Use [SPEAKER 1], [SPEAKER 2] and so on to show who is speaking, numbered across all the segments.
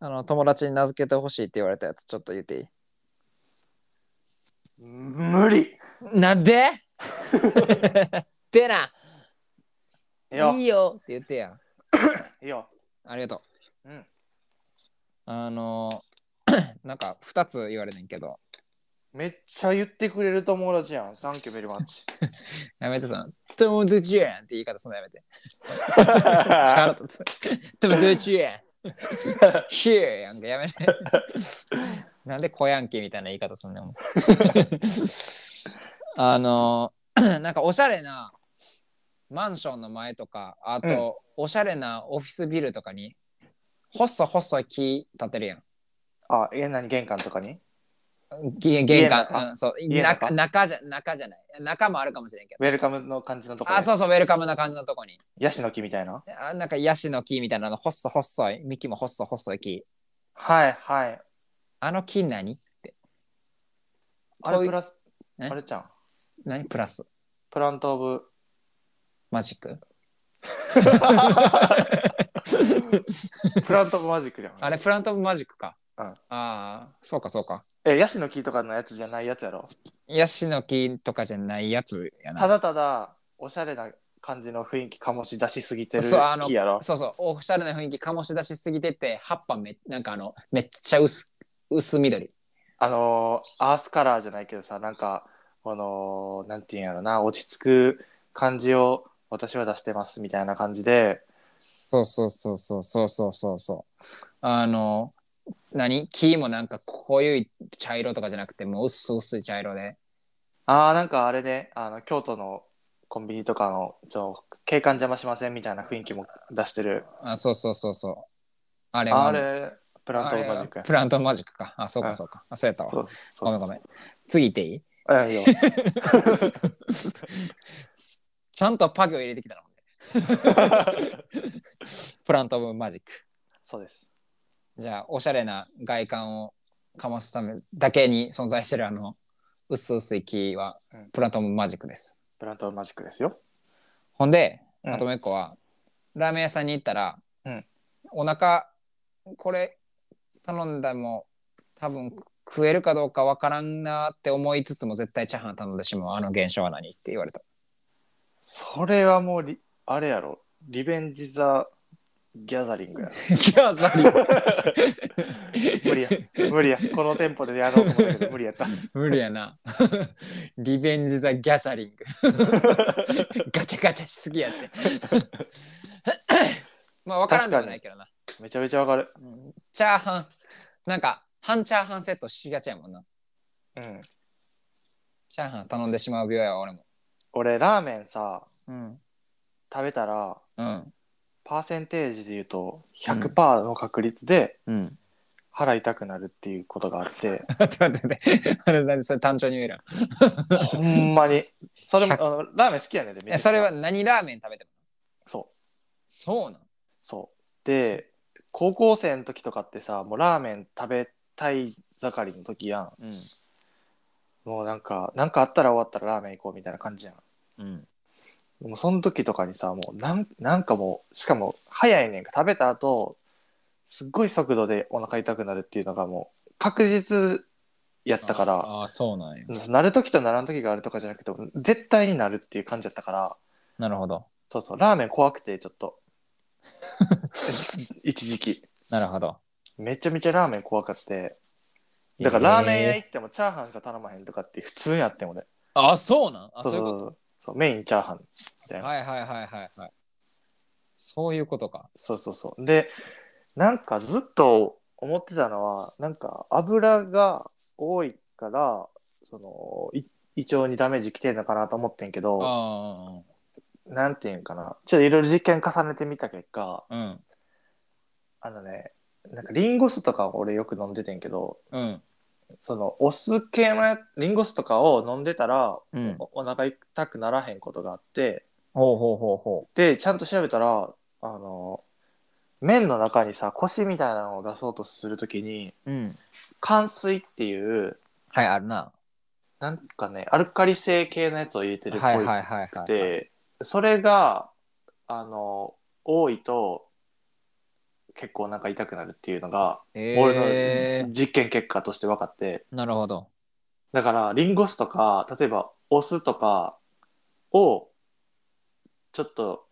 [SPEAKER 1] あの友達に名付けてほしいって言われたやつちょっと言っていい
[SPEAKER 2] 無理
[SPEAKER 1] なん ででない
[SPEAKER 2] や
[SPEAKER 1] いいよって言ってやん
[SPEAKER 2] いや
[SPEAKER 1] ありがとう
[SPEAKER 2] うん
[SPEAKER 1] あの なんか2つ言われねんけど
[SPEAKER 2] めっちゃ言ってくれる友達やんサンキューベリーマッ チ
[SPEAKER 1] やめてさ「友達やん」って言い方すんのやめて力
[SPEAKER 2] あ
[SPEAKER 1] とつ 「友達やん」「ヒューやん」ってやめてなんで小ヤンキーみたいな言い方すんねんもう あの なんかおしゃれなマンションの前とかあと、おしゃれなオフィスビルとかに細細い木立てるやん
[SPEAKER 2] 家何玄関とかに
[SPEAKER 1] げ玄関
[SPEAKER 2] 家の中
[SPEAKER 1] うんそう
[SPEAKER 2] 家の中
[SPEAKER 1] 中中じゃ中じゃない中もあるかもしれんけど
[SPEAKER 2] ウェルカムの感じのとこ
[SPEAKER 1] あそうそうウェルカムな感じのとこに
[SPEAKER 2] ヤシの木みたいな
[SPEAKER 1] あなんかヤシの木みたいなの細細い幹も細細い木
[SPEAKER 2] はいはい
[SPEAKER 1] あの木何
[SPEAKER 2] あれ
[SPEAKER 1] 遠い
[SPEAKER 2] プラス
[SPEAKER 1] え
[SPEAKER 2] あれちゃん
[SPEAKER 1] 何プラス
[SPEAKER 2] プラント・オブ
[SPEAKER 1] マジッ ク
[SPEAKER 2] プラント・オブマジックじゃん
[SPEAKER 1] あれプラント・オブ・マジックか、
[SPEAKER 2] うん
[SPEAKER 1] ああそうかそうか
[SPEAKER 2] えヤシの木とかのやつじゃないやつやろ
[SPEAKER 1] ヤシの木とかじゃないやつや
[SPEAKER 2] た
[SPEAKER 1] な
[SPEAKER 2] だただおしゃれな感じの雰囲気醸し出しすぎてる
[SPEAKER 1] そうあの
[SPEAKER 2] 木やろ
[SPEAKER 1] そうそうおしゃれな雰囲気醸し出しすぎてて葉っぱめなんかあのめっちゃ薄薄緑
[SPEAKER 2] あのーアースカラーじゃないけどさなんかこのなんていうんやろな落ち着く感じを私は出してますみたいな感じで
[SPEAKER 1] そうそうそうそうそうそうそうそうあの何木もなんか濃い茶色とかじゃなくてもう薄薄い茶色で
[SPEAKER 2] あーなんかあれねあの京都のコンビニとかのちょ景観邪魔しませんみたいな雰囲気も出してる
[SPEAKER 1] あそうそうそうそうあれは
[SPEAKER 2] あれプラントオブマジック
[SPEAKER 1] あれはプラントマジックかあそう
[SPEAKER 2] う
[SPEAKER 1] か
[SPEAKER 2] ん
[SPEAKER 1] そうかあそうやったわ
[SPEAKER 2] そうそう
[SPEAKER 1] ごめんごめん次行っていい
[SPEAKER 2] めんいいよ
[SPEAKER 1] ちゃんとパ行入れてきたのプラントオブマジック
[SPEAKER 2] そうです
[SPEAKER 1] じゃあおしゃれな外観をかますためだけに存在してるあの薄々い木は
[SPEAKER 2] うん
[SPEAKER 1] プラントオブマジックです
[SPEAKER 2] プラントオブマジックですよ
[SPEAKER 1] ほんで、
[SPEAKER 2] うん
[SPEAKER 1] あともう一個は、ラーメン屋さんに行ったら、
[SPEAKER 2] うん
[SPEAKER 1] お腹これ頼んだも多分食えるかどうかわからんなって思いつつも絶対チャーハン頼んでしまうあの現象は何って言われた。
[SPEAKER 2] それはもうリあれやろリベンジ・ザ・ギャザリングやろ
[SPEAKER 1] いやザリ
[SPEAKER 2] 無理や無理やこの店舗でやろうと思ったけど無理やった
[SPEAKER 1] 無理やな。 リベンジ・ザ・ギャザリ ング。ガチャガチャしすぎやって。 まあ分からんでもないけどな。
[SPEAKER 2] めちゃめちゃわかる
[SPEAKER 1] うんチャーハン、なんか半チャーハンセットしがちやもんな。
[SPEAKER 2] うん
[SPEAKER 1] チャーハン頼んでしまう病やわ俺も。
[SPEAKER 2] 俺ラーメンさ
[SPEAKER 1] うん。
[SPEAKER 2] 食べたら
[SPEAKER 1] うん。
[SPEAKER 2] パーセンテージで言うと100%の確率で
[SPEAKER 1] うん。
[SPEAKER 2] 腹痛くなるっていうことがあって、
[SPEAKER 1] 待って待って待って。あれ何それ単調に言える
[SPEAKER 2] ほん まにそれもあのラーメン好きやねんでめっち
[SPEAKER 1] え、
[SPEAKER 2] ゃ
[SPEAKER 1] それは何ラーメン食べても
[SPEAKER 2] そう
[SPEAKER 1] そうなん
[SPEAKER 2] そうで高校生の時とかってさもうラーメン食べたい盛りの時やんもうなんかなんかあったら終わったらラーメン行こうみたいな感じやん
[SPEAKER 1] うん。
[SPEAKER 2] もうその時とかにさもうなんなんかもうしかも早いねんか食べた後すっごい速度でお腹痛くなるっていうのがもう確実やったから
[SPEAKER 1] ああ、そうなんや。
[SPEAKER 2] なる時とならん時があるとかじゃなくて絶対になるっていう感じやったから
[SPEAKER 1] なるほど。
[SPEAKER 2] そうそうラーメン怖くてちょ っと一時期
[SPEAKER 1] なるほど。
[SPEAKER 2] めちゃめちゃラーメン怖かってだからラーメン屋
[SPEAKER 1] えー
[SPEAKER 2] 行ってもチャーハンしか頼まへんとかって普通やってん俺
[SPEAKER 1] ああ、そうなんあ
[SPEAKER 2] そ
[SPEAKER 1] そうういう
[SPEAKER 2] そ
[SPEAKER 1] こ
[SPEAKER 2] うそうそうメインチャーハンみたい
[SPEAKER 1] と
[SPEAKER 2] な
[SPEAKER 1] はいはいはいはいはい。そういうことか。
[SPEAKER 2] そうそうそう。で、なんかずっと思ってたのは、なんか油が多いから、その、い胃腸にダメージきてんのかなと思ってんけ
[SPEAKER 1] あ
[SPEAKER 2] ど、
[SPEAKER 1] あ
[SPEAKER 2] なんていうんかな。ちょっといろいろ実験重ねてみた結果、
[SPEAKER 1] ああ、うん。
[SPEAKER 2] あのね、なんかリンゴ酢とかを俺よく飲んでてんけど、
[SPEAKER 1] うん。
[SPEAKER 2] そのお酢系のやリンゴ酢とかを飲んでたら、
[SPEAKER 1] うん。
[SPEAKER 2] おお腹痛くならへんことがあって、
[SPEAKER 1] ほうほうほうほ
[SPEAKER 2] でちゃんと調べたらあの麺の中にさコシみたいなのを出そうとするときに
[SPEAKER 1] う。うん。
[SPEAKER 2] 乾水っていう
[SPEAKER 1] はい、あるな。
[SPEAKER 2] なんかね、アルカリ性系のやつを入れてるっぽい
[SPEAKER 1] は
[SPEAKER 2] く
[SPEAKER 1] い
[SPEAKER 2] て、
[SPEAKER 1] はいはいはい。
[SPEAKER 2] それが、あの、多いと、結構なんか痛くなるっていうのが、
[SPEAKER 1] え
[SPEAKER 2] 俺の実験結果として分かって、
[SPEAKER 1] ー、なるほど。
[SPEAKER 2] だから、リンゴ酢とか、例えばお酢とかを、ちょっと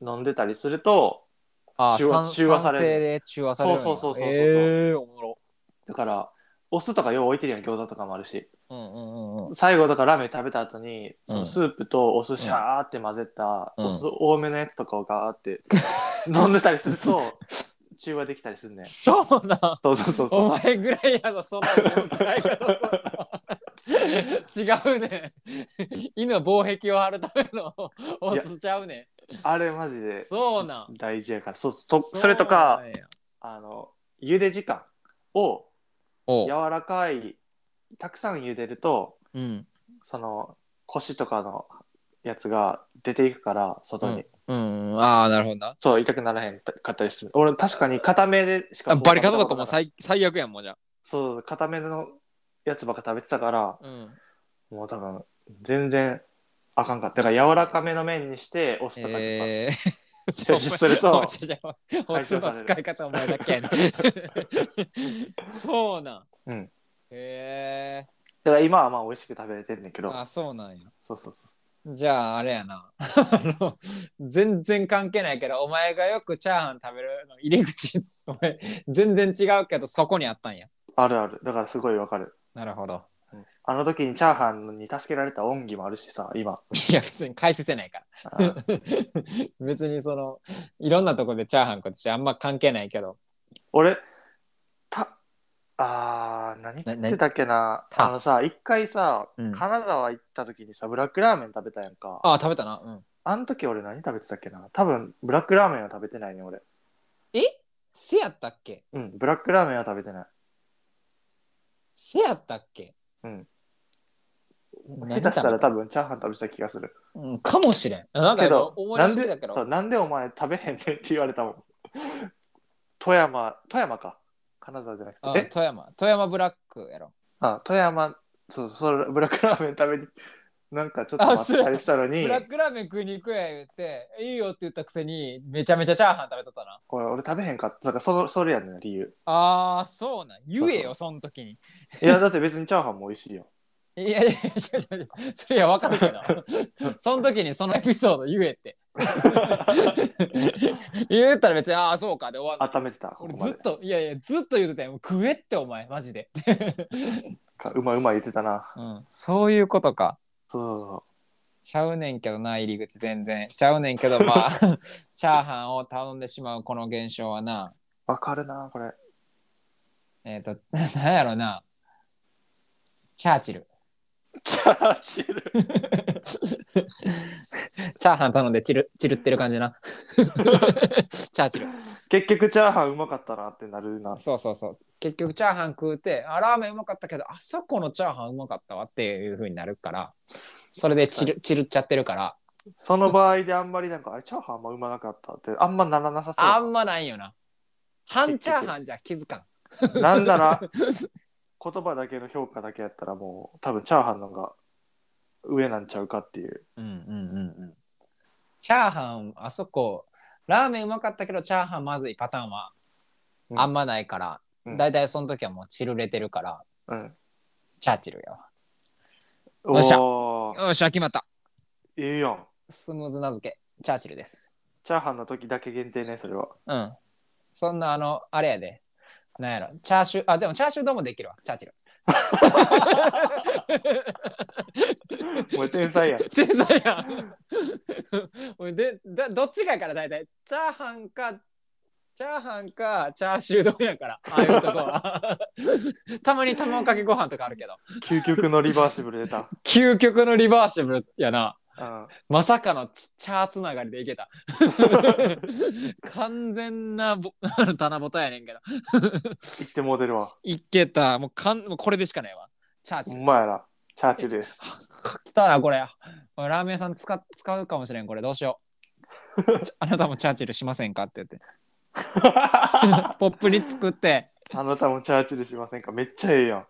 [SPEAKER 2] 飲んでたりすると、
[SPEAKER 1] あ
[SPEAKER 2] 中和
[SPEAKER 1] 酸
[SPEAKER 2] 中和される
[SPEAKER 1] 酸性で中和されるんや。
[SPEAKER 2] そうそうそうそうそう
[SPEAKER 1] えー、おもろ。
[SPEAKER 2] だから、お酢とかよう置いてるやん、餃子とかもあるし。
[SPEAKER 1] うんうんうんうん。
[SPEAKER 2] 最後だからラーメン食べた後にそのスープとお酢シャーって混ぜた、
[SPEAKER 1] うん
[SPEAKER 2] お酢多めのやつとかをガーって飲んでたりす ると中和できたりするね
[SPEAKER 1] そうなん。
[SPEAKER 2] そうそうそう
[SPEAKER 1] お
[SPEAKER 2] そう
[SPEAKER 1] 前ぐらいやぞ、そんなの使い方そんな違うね。犬防壁を張るためのお酢ちゃうね。
[SPEAKER 2] あれマジで
[SPEAKER 1] そうなん。
[SPEAKER 2] 大事やからそうと
[SPEAKER 1] うなんや
[SPEAKER 2] それとか。あの茹で時間を
[SPEAKER 1] お
[SPEAKER 2] 柔らかいたくさん茹でると
[SPEAKER 1] うん。
[SPEAKER 2] その腰とかのやつが出ていくから外に、
[SPEAKER 1] うんうん。ああ、なるほどな。
[SPEAKER 2] そう痛くならへんかったりする俺確かに固めでしか
[SPEAKER 1] あバリカタとかも
[SPEAKER 2] 最
[SPEAKER 1] 最最悪やん、もうじゃあ。
[SPEAKER 2] そう固めのやつばっか食べてたから
[SPEAKER 1] うん。
[SPEAKER 2] もう多分全然あかんかっただから柔らかめの麺にしてお酢とかちょっ
[SPEAKER 1] えー
[SPEAKER 2] 摂取す ると
[SPEAKER 1] お茶じゃんお酢の使い方お前だけやねそうなん。
[SPEAKER 2] うん
[SPEAKER 1] へえ
[SPEAKER 2] とだから今はまあ美味しく食べれてんねんけど
[SPEAKER 1] あ、そうなんや。
[SPEAKER 2] そうそうそ
[SPEAKER 1] じゃああれやな あの全然関係ないけどお前がよくチャーハン食べるの入り口お前全然違うけどそこにあったんや
[SPEAKER 2] うあるあるだからすごいわかる、
[SPEAKER 1] なるほど
[SPEAKER 2] うんあの時にチャーハンに助けられた恩義もあるしさ今、
[SPEAKER 1] いや別に返せてないか
[SPEAKER 2] あ
[SPEAKER 1] ら
[SPEAKER 2] ー
[SPEAKER 1] 別にそのいろんなとこでチャーハンこっちあんま関係ないけど
[SPEAKER 2] 俺たあー何食ってたっけな
[SPEAKER 1] た
[SPEAKER 2] あのさ一回さ、
[SPEAKER 1] うん
[SPEAKER 2] 金沢行った時にさブラックラーメン食べたやんかあ
[SPEAKER 1] ああ食べたなうん
[SPEAKER 2] ん時俺何食べてたっけな多分ブラックラーメンは食べてないね俺
[SPEAKER 1] せやったっけ
[SPEAKER 2] うんブラックラーメンは食べてない
[SPEAKER 1] せやったっけ
[SPEAKER 2] うん
[SPEAKER 1] 何食べ
[SPEAKER 2] 下手
[SPEAKER 1] た
[SPEAKER 2] したら多分チャーハン食べてた気がする。
[SPEAKER 1] うんかもしれんなんか
[SPEAKER 2] けど
[SPEAKER 1] 思、い
[SPEAKER 2] な
[SPEAKER 1] 出
[SPEAKER 2] ん
[SPEAKER 1] してた
[SPEAKER 2] で
[SPEAKER 1] けど
[SPEAKER 2] そうなんでお前食べへんねんって言われたもん。富山、富山か。金沢じゃな
[SPEAKER 1] あ
[SPEAKER 2] くて。え
[SPEAKER 1] 富山富山ブラックやろ
[SPEAKER 2] あ富山、そう、それブラックラーメン食べに、なんかちょっと待ってたりしたのに
[SPEAKER 1] ブ、ラックラーメン食いに行くや言って、いいよって言ったくせに、めちゃめちゃチャーハン食べとったな。
[SPEAKER 2] これ俺食べへんかった。だからそのそれやねん、理由。
[SPEAKER 1] あー、そうなん。言え
[SPEAKER 2] そうそ
[SPEAKER 1] よ、その時に。
[SPEAKER 2] い や、だって別にチャーハンも美味しいよ。
[SPEAKER 1] いやいや、違う違う違う。それは分かるけ ど。その時にそのエピソード言えって。 言ったら別に、あー、そうかで終わんの。
[SPEAKER 2] 温めてた、こ
[SPEAKER 1] 俺
[SPEAKER 2] こま
[SPEAKER 1] ずっ
[SPEAKER 2] で。
[SPEAKER 1] と、いやいや、ずっと言うてたよ。もう食えって、お前、マジで。
[SPEAKER 2] かうまいうまい言ってたな。
[SPEAKER 1] うん、そういうことか。
[SPEAKER 2] そうそうそ
[SPEAKER 1] ちゃうねんけどな入り口全然ちゃうねんけどまあチャーハンを頼んでしまうこの現象はな
[SPEAKER 2] う。わかるな、これ。
[SPEAKER 1] えっ、となんやろなチャーチル
[SPEAKER 2] チャーチル。
[SPEAKER 1] チャーハン頼んでチルチルってる感じなチャーチル
[SPEAKER 2] 結局チャーハンうまかったなってなるな。
[SPEAKER 1] そうそうそう結局チャーハン食うてあラーメンうまかったけどあそこのチャーハンうまかったわっていう風になるからそれでチルチルっちゃってるから
[SPEAKER 2] その場合であんまりなんか、あれチャーハンあんまうまなかったって、あんまならなさ
[SPEAKER 1] あ
[SPEAKER 2] そ
[SPEAKER 1] んまないよな半チャーハンじゃ気づかん
[SPEAKER 2] う。なん なら、言葉だけの評価だけやったらもう、多分チャーハンの方が上なんちゃうかっていう。
[SPEAKER 1] うんうんうんうんチャーハンあそこラーメンうまかったけどチャーハンまずいパターンは
[SPEAKER 2] うん
[SPEAKER 1] あんまないから、
[SPEAKER 2] うん
[SPEAKER 1] だいたいその時はもうチルれてるから
[SPEAKER 2] うん。
[SPEAKER 1] チャーチルやわ
[SPEAKER 2] お
[SPEAKER 1] っしゃ
[SPEAKER 2] おー、
[SPEAKER 1] よっしゃ決まった
[SPEAKER 2] いいやん。
[SPEAKER 1] スムーズ名付けチャーチルです
[SPEAKER 2] チャーハンの時だけ限定ね、それは。
[SPEAKER 1] うんそんなあのあれやでなんやろチャーシューあでもチャーシュー丼もできるわチャ ーチル
[SPEAKER 2] もう天 才やん。
[SPEAKER 1] 天才やん俺でだどっちかやから大体チャーハンかチャーハンかチャーシュー丼やからああいうとこ はたまに卵かけご飯とかあるけど
[SPEAKER 2] 究極のリバーシブル出た。
[SPEAKER 1] 究極のリバーシブルやな
[SPEAKER 2] うん。
[SPEAKER 1] まさかのチチャーつながりでいけ た完全なぼ 棚ぼたやねんけど
[SPEAKER 2] 言ってモデルは。
[SPEAKER 1] いけたもうかんもうこれでしかないわチャーチ
[SPEAKER 2] ほ
[SPEAKER 1] ル
[SPEAKER 2] んまやな。チャーチル です。
[SPEAKER 1] 来たなこれこれラーメン屋さん使っ使うかもしれんこれどうしよ うちょあなたもチャーチルしませんかって言って ポップに作って
[SPEAKER 2] あなたもチャーチルしませんかめっちゃええやん。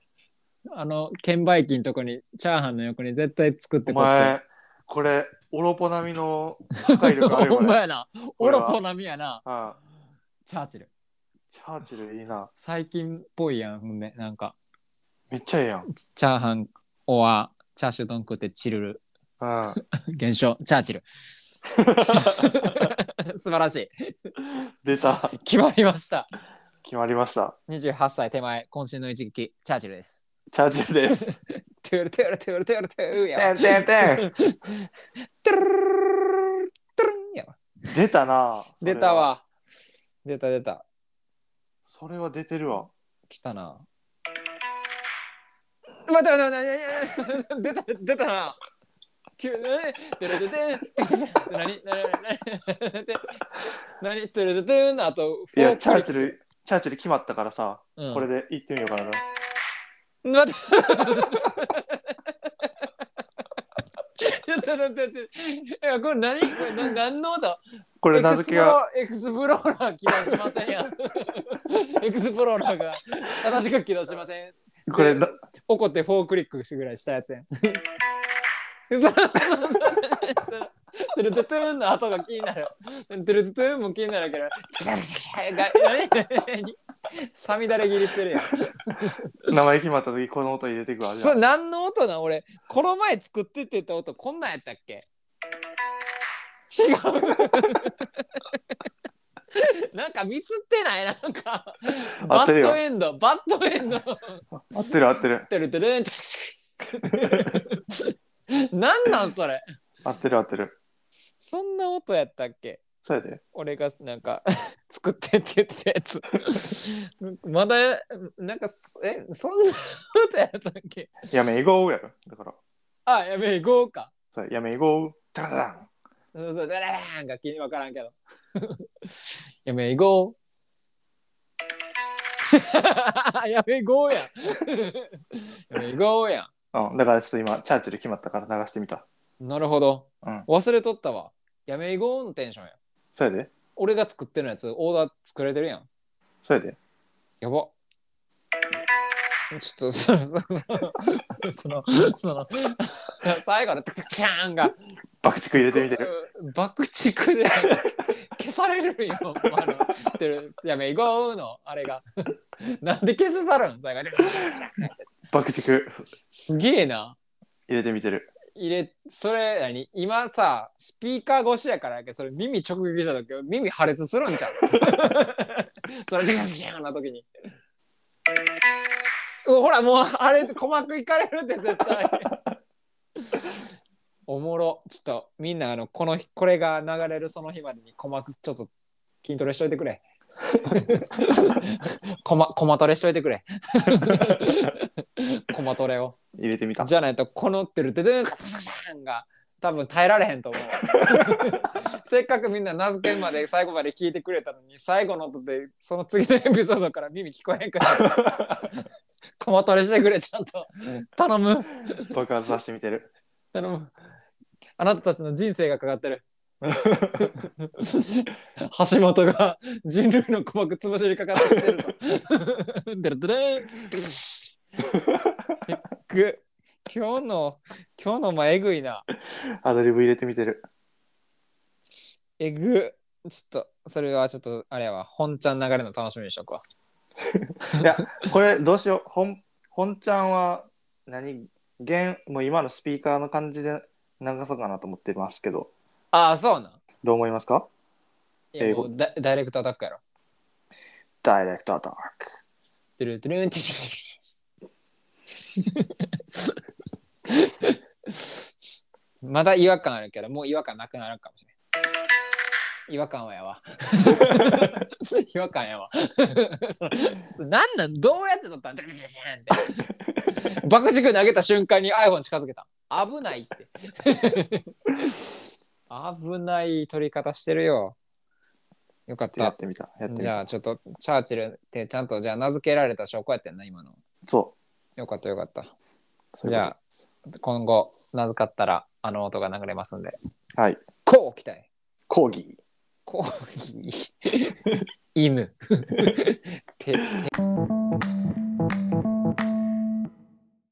[SPEAKER 1] あの券売機のとこにチャーハンの横に絶対作って
[SPEAKER 2] お
[SPEAKER 1] こって
[SPEAKER 2] 前、これ、オロポ並みの破壊力あるよ、
[SPEAKER 1] ほ
[SPEAKER 2] こ
[SPEAKER 1] んま
[SPEAKER 2] れ。
[SPEAKER 1] やなオ
[SPEAKER 2] これは
[SPEAKER 1] ロポ並みやな
[SPEAKER 2] うん
[SPEAKER 1] チャーチル
[SPEAKER 2] チャーチルいいな。
[SPEAKER 1] 最近っぽいやんほんでなんか
[SPEAKER 2] めっちゃええやん。うん。
[SPEAKER 1] チチャーハンオアチャーシュー丼食ってチルる 現象チャーチル 素晴らしい
[SPEAKER 2] 出た。
[SPEAKER 1] 決まりました
[SPEAKER 2] 決まりました。
[SPEAKER 1] 28歳手前渾身の一撃チャーチルです
[SPEAKER 2] チャーチルです。
[SPEAKER 1] トゥルトゥルトゥルトゥルトゥルや
[SPEAKER 2] て
[SPEAKER 1] わ
[SPEAKER 2] んてんてん。
[SPEAKER 1] トゥルルルルルトゥルンやわ
[SPEAKER 2] 出たな。それ
[SPEAKER 1] 出た。わ出た出た
[SPEAKER 2] それは出てるわ。
[SPEAKER 1] 来たな。待って待って待って待って出た出たな。急にてれててん何何何何てれててんのあと
[SPEAKER 2] いや、チャーチル、チャーチル決まったからさ、
[SPEAKER 1] うん
[SPEAKER 2] これで行ってみようかな。
[SPEAKER 1] 待ってちょっと待って待っていやこれ何これ何何の音
[SPEAKER 2] これ名付けが、
[SPEAKER 1] エクスプローラー起動しませんやんエクスプローラーが正しく起動しません
[SPEAKER 2] これな、
[SPEAKER 1] 怒ってフォークリックしてぐらいしたやつやん。そうそうそうそうトゥルトゥトゥーンの後が気になる。トゥルトゥトゥーンも気になるけど、が何何サミダレ切りしてるやん。
[SPEAKER 2] 名前決まった時、この音入れていくわ。じゃ
[SPEAKER 1] それ何の音なん俺、この前作ってって言った音こんなんやったっけ違う。なんかミスってないなんか
[SPEAKER 2] 合
[SPEAKER 1] バ
[SPEAKER 2] ってる
[SPEAKER 1] ッ
[SPEAKER 2] よ
[SPEAKER 1] ドエンドバッドエンド
[SPEAKER 2] あ合ってる合ってる。
[SPEAKER 1] てるてるん。なんなんそれ。
[SPEAKER 2] 合ってる合ってる。
[SPEAKER 1] そんな音やったっけ。
[SPEAKER 2] そうやで。
[SPEAKER 1] 俺がなんか作ってって言ってたやつ。まだなんかそえそんな音やったっけ。
[SPEAKER 2] やめいごうやろ。だから、
[SPEAKER 1] あやべえ行こうか。
[SPEAKER 2] そうやめいごう。ダダダン。
[SPEAKER 1] そうそうダラダーンが気にわからんけど。 やべえ行こう。やべえ行こう やん。やべえ行こうやん。
[SPEAKER 2] うん、だからちょっと今、チャーチル決まったから流してみた。
[SPEAKER 1] なるほど。
[SPEAKER 2] うん
[SPEAKER 1] 忘れとったわ。やめいごうのテンションや。
[SPEAKER 2] そうやで。
[SPEAKER 1] 俺が作ってるやつ、オーダー作れてるやん。
[SPEAKER 2] そうやで。
[SPEAKER 1] やば。ちょっと、その、その、その、その最後のテクテクテクーンが、
[SPEAKER 2] 爆竹入れてみてる。
[SPEAKER 1] 爆竹で 消される よ。あの、てる、やめいごうの、あれが。 なんで消し去るん最後テクテクテクテク
[SPEAKER 2] 爆竹
[SPEAKER 1] すげえな。
[SPEAKER 2] 入れてみてる。
[SPEAKER 1] 入れそれ何今さスピーカー越しやからやけどそれ耳直撃した時耳破裂するんちゃうそれジャンジャンな時にうわほらもうあれ鼓膜いかれるって絶対おもろちょっとみんなあのこの日これが流れるその日までに鼓膜ちょっと筋トレしといてくれコマコマトレしといてくれコマトレを
[SPEAKER 2] 入れてみた。
[SPEAKER 1] じゃないとこのってるで でんカシャンが多分耐えられへんと思う せっかくみんな名付けまで最後まで聞いてくれたのに最後の音でその次のエピソードから耳聞こえへんから コマ取りしてくれちゃんと頼む
[SPEAKER 2] 爆発させてみてる。
[SPEAKER 1] 頼むあなたたちの人生がかかってる橋本が人類の鼓膜潰しにかかってきてるとでるでれんびっく今日の今日のまえぐいな
[SPEAKER 2] アドリブ入れてみてる。
[SPEAKER 1] えぐちょっとそれはちょっとあれやわ本ちゃん流れの楽しみにしとくわ
[SPEAKER 2] いや、これどうしよう。ほん、ほんちゃんは何、現、もう今のスピーカーの感じで流そうかなと思ってますけど、
[SPEAKER 1] ああそうなん
[SPEAKER 2] どう思いますか
[SPEAKER 1] いや
[SPEAKER 2] 英
[SPEAKER 1] も
[SPEAKER 2] 語
[SPEAKER 1] うダダイレクトアタックやろ
[SPEAKER 2] ダイレクトアタック。
[SPEAKER 1] ドゥルドゥルンティシャシャシャシャまだ違和感あるけどもう違和感なくなるかもしれない違和感はやわ 違和感やわそのなんなんどうやって撮ったんドゥルドゥルドゥルンって爆竹投げた瞬間に iPhone 近づけた危ないって危ない撮り方してるよよかっ
[SPEAKER 2] ちょとや
[SPEAKER 1] た
[SPEAKER 2] ってみた。やってみ
[SPEAKER 1] じゃあ
[SPEAKER 2] た。
[SPEAKER 1] ちょっとチャーチルってちゃんとじゃあ名付けられた証拠やってんな今の
[SPEAKER 2] そ
[SPEAKER 1] よかったよかった
[SPEAKER 2] う。そういうことです
[SPEAKER 1] 今後名付かったらあの音が流れますんで
[SPEAKER 2] はい。
[SPEAKER 1] こう来たい
[SPEAKER 2] 講義。
[SPEAKER 1] こう 犬てて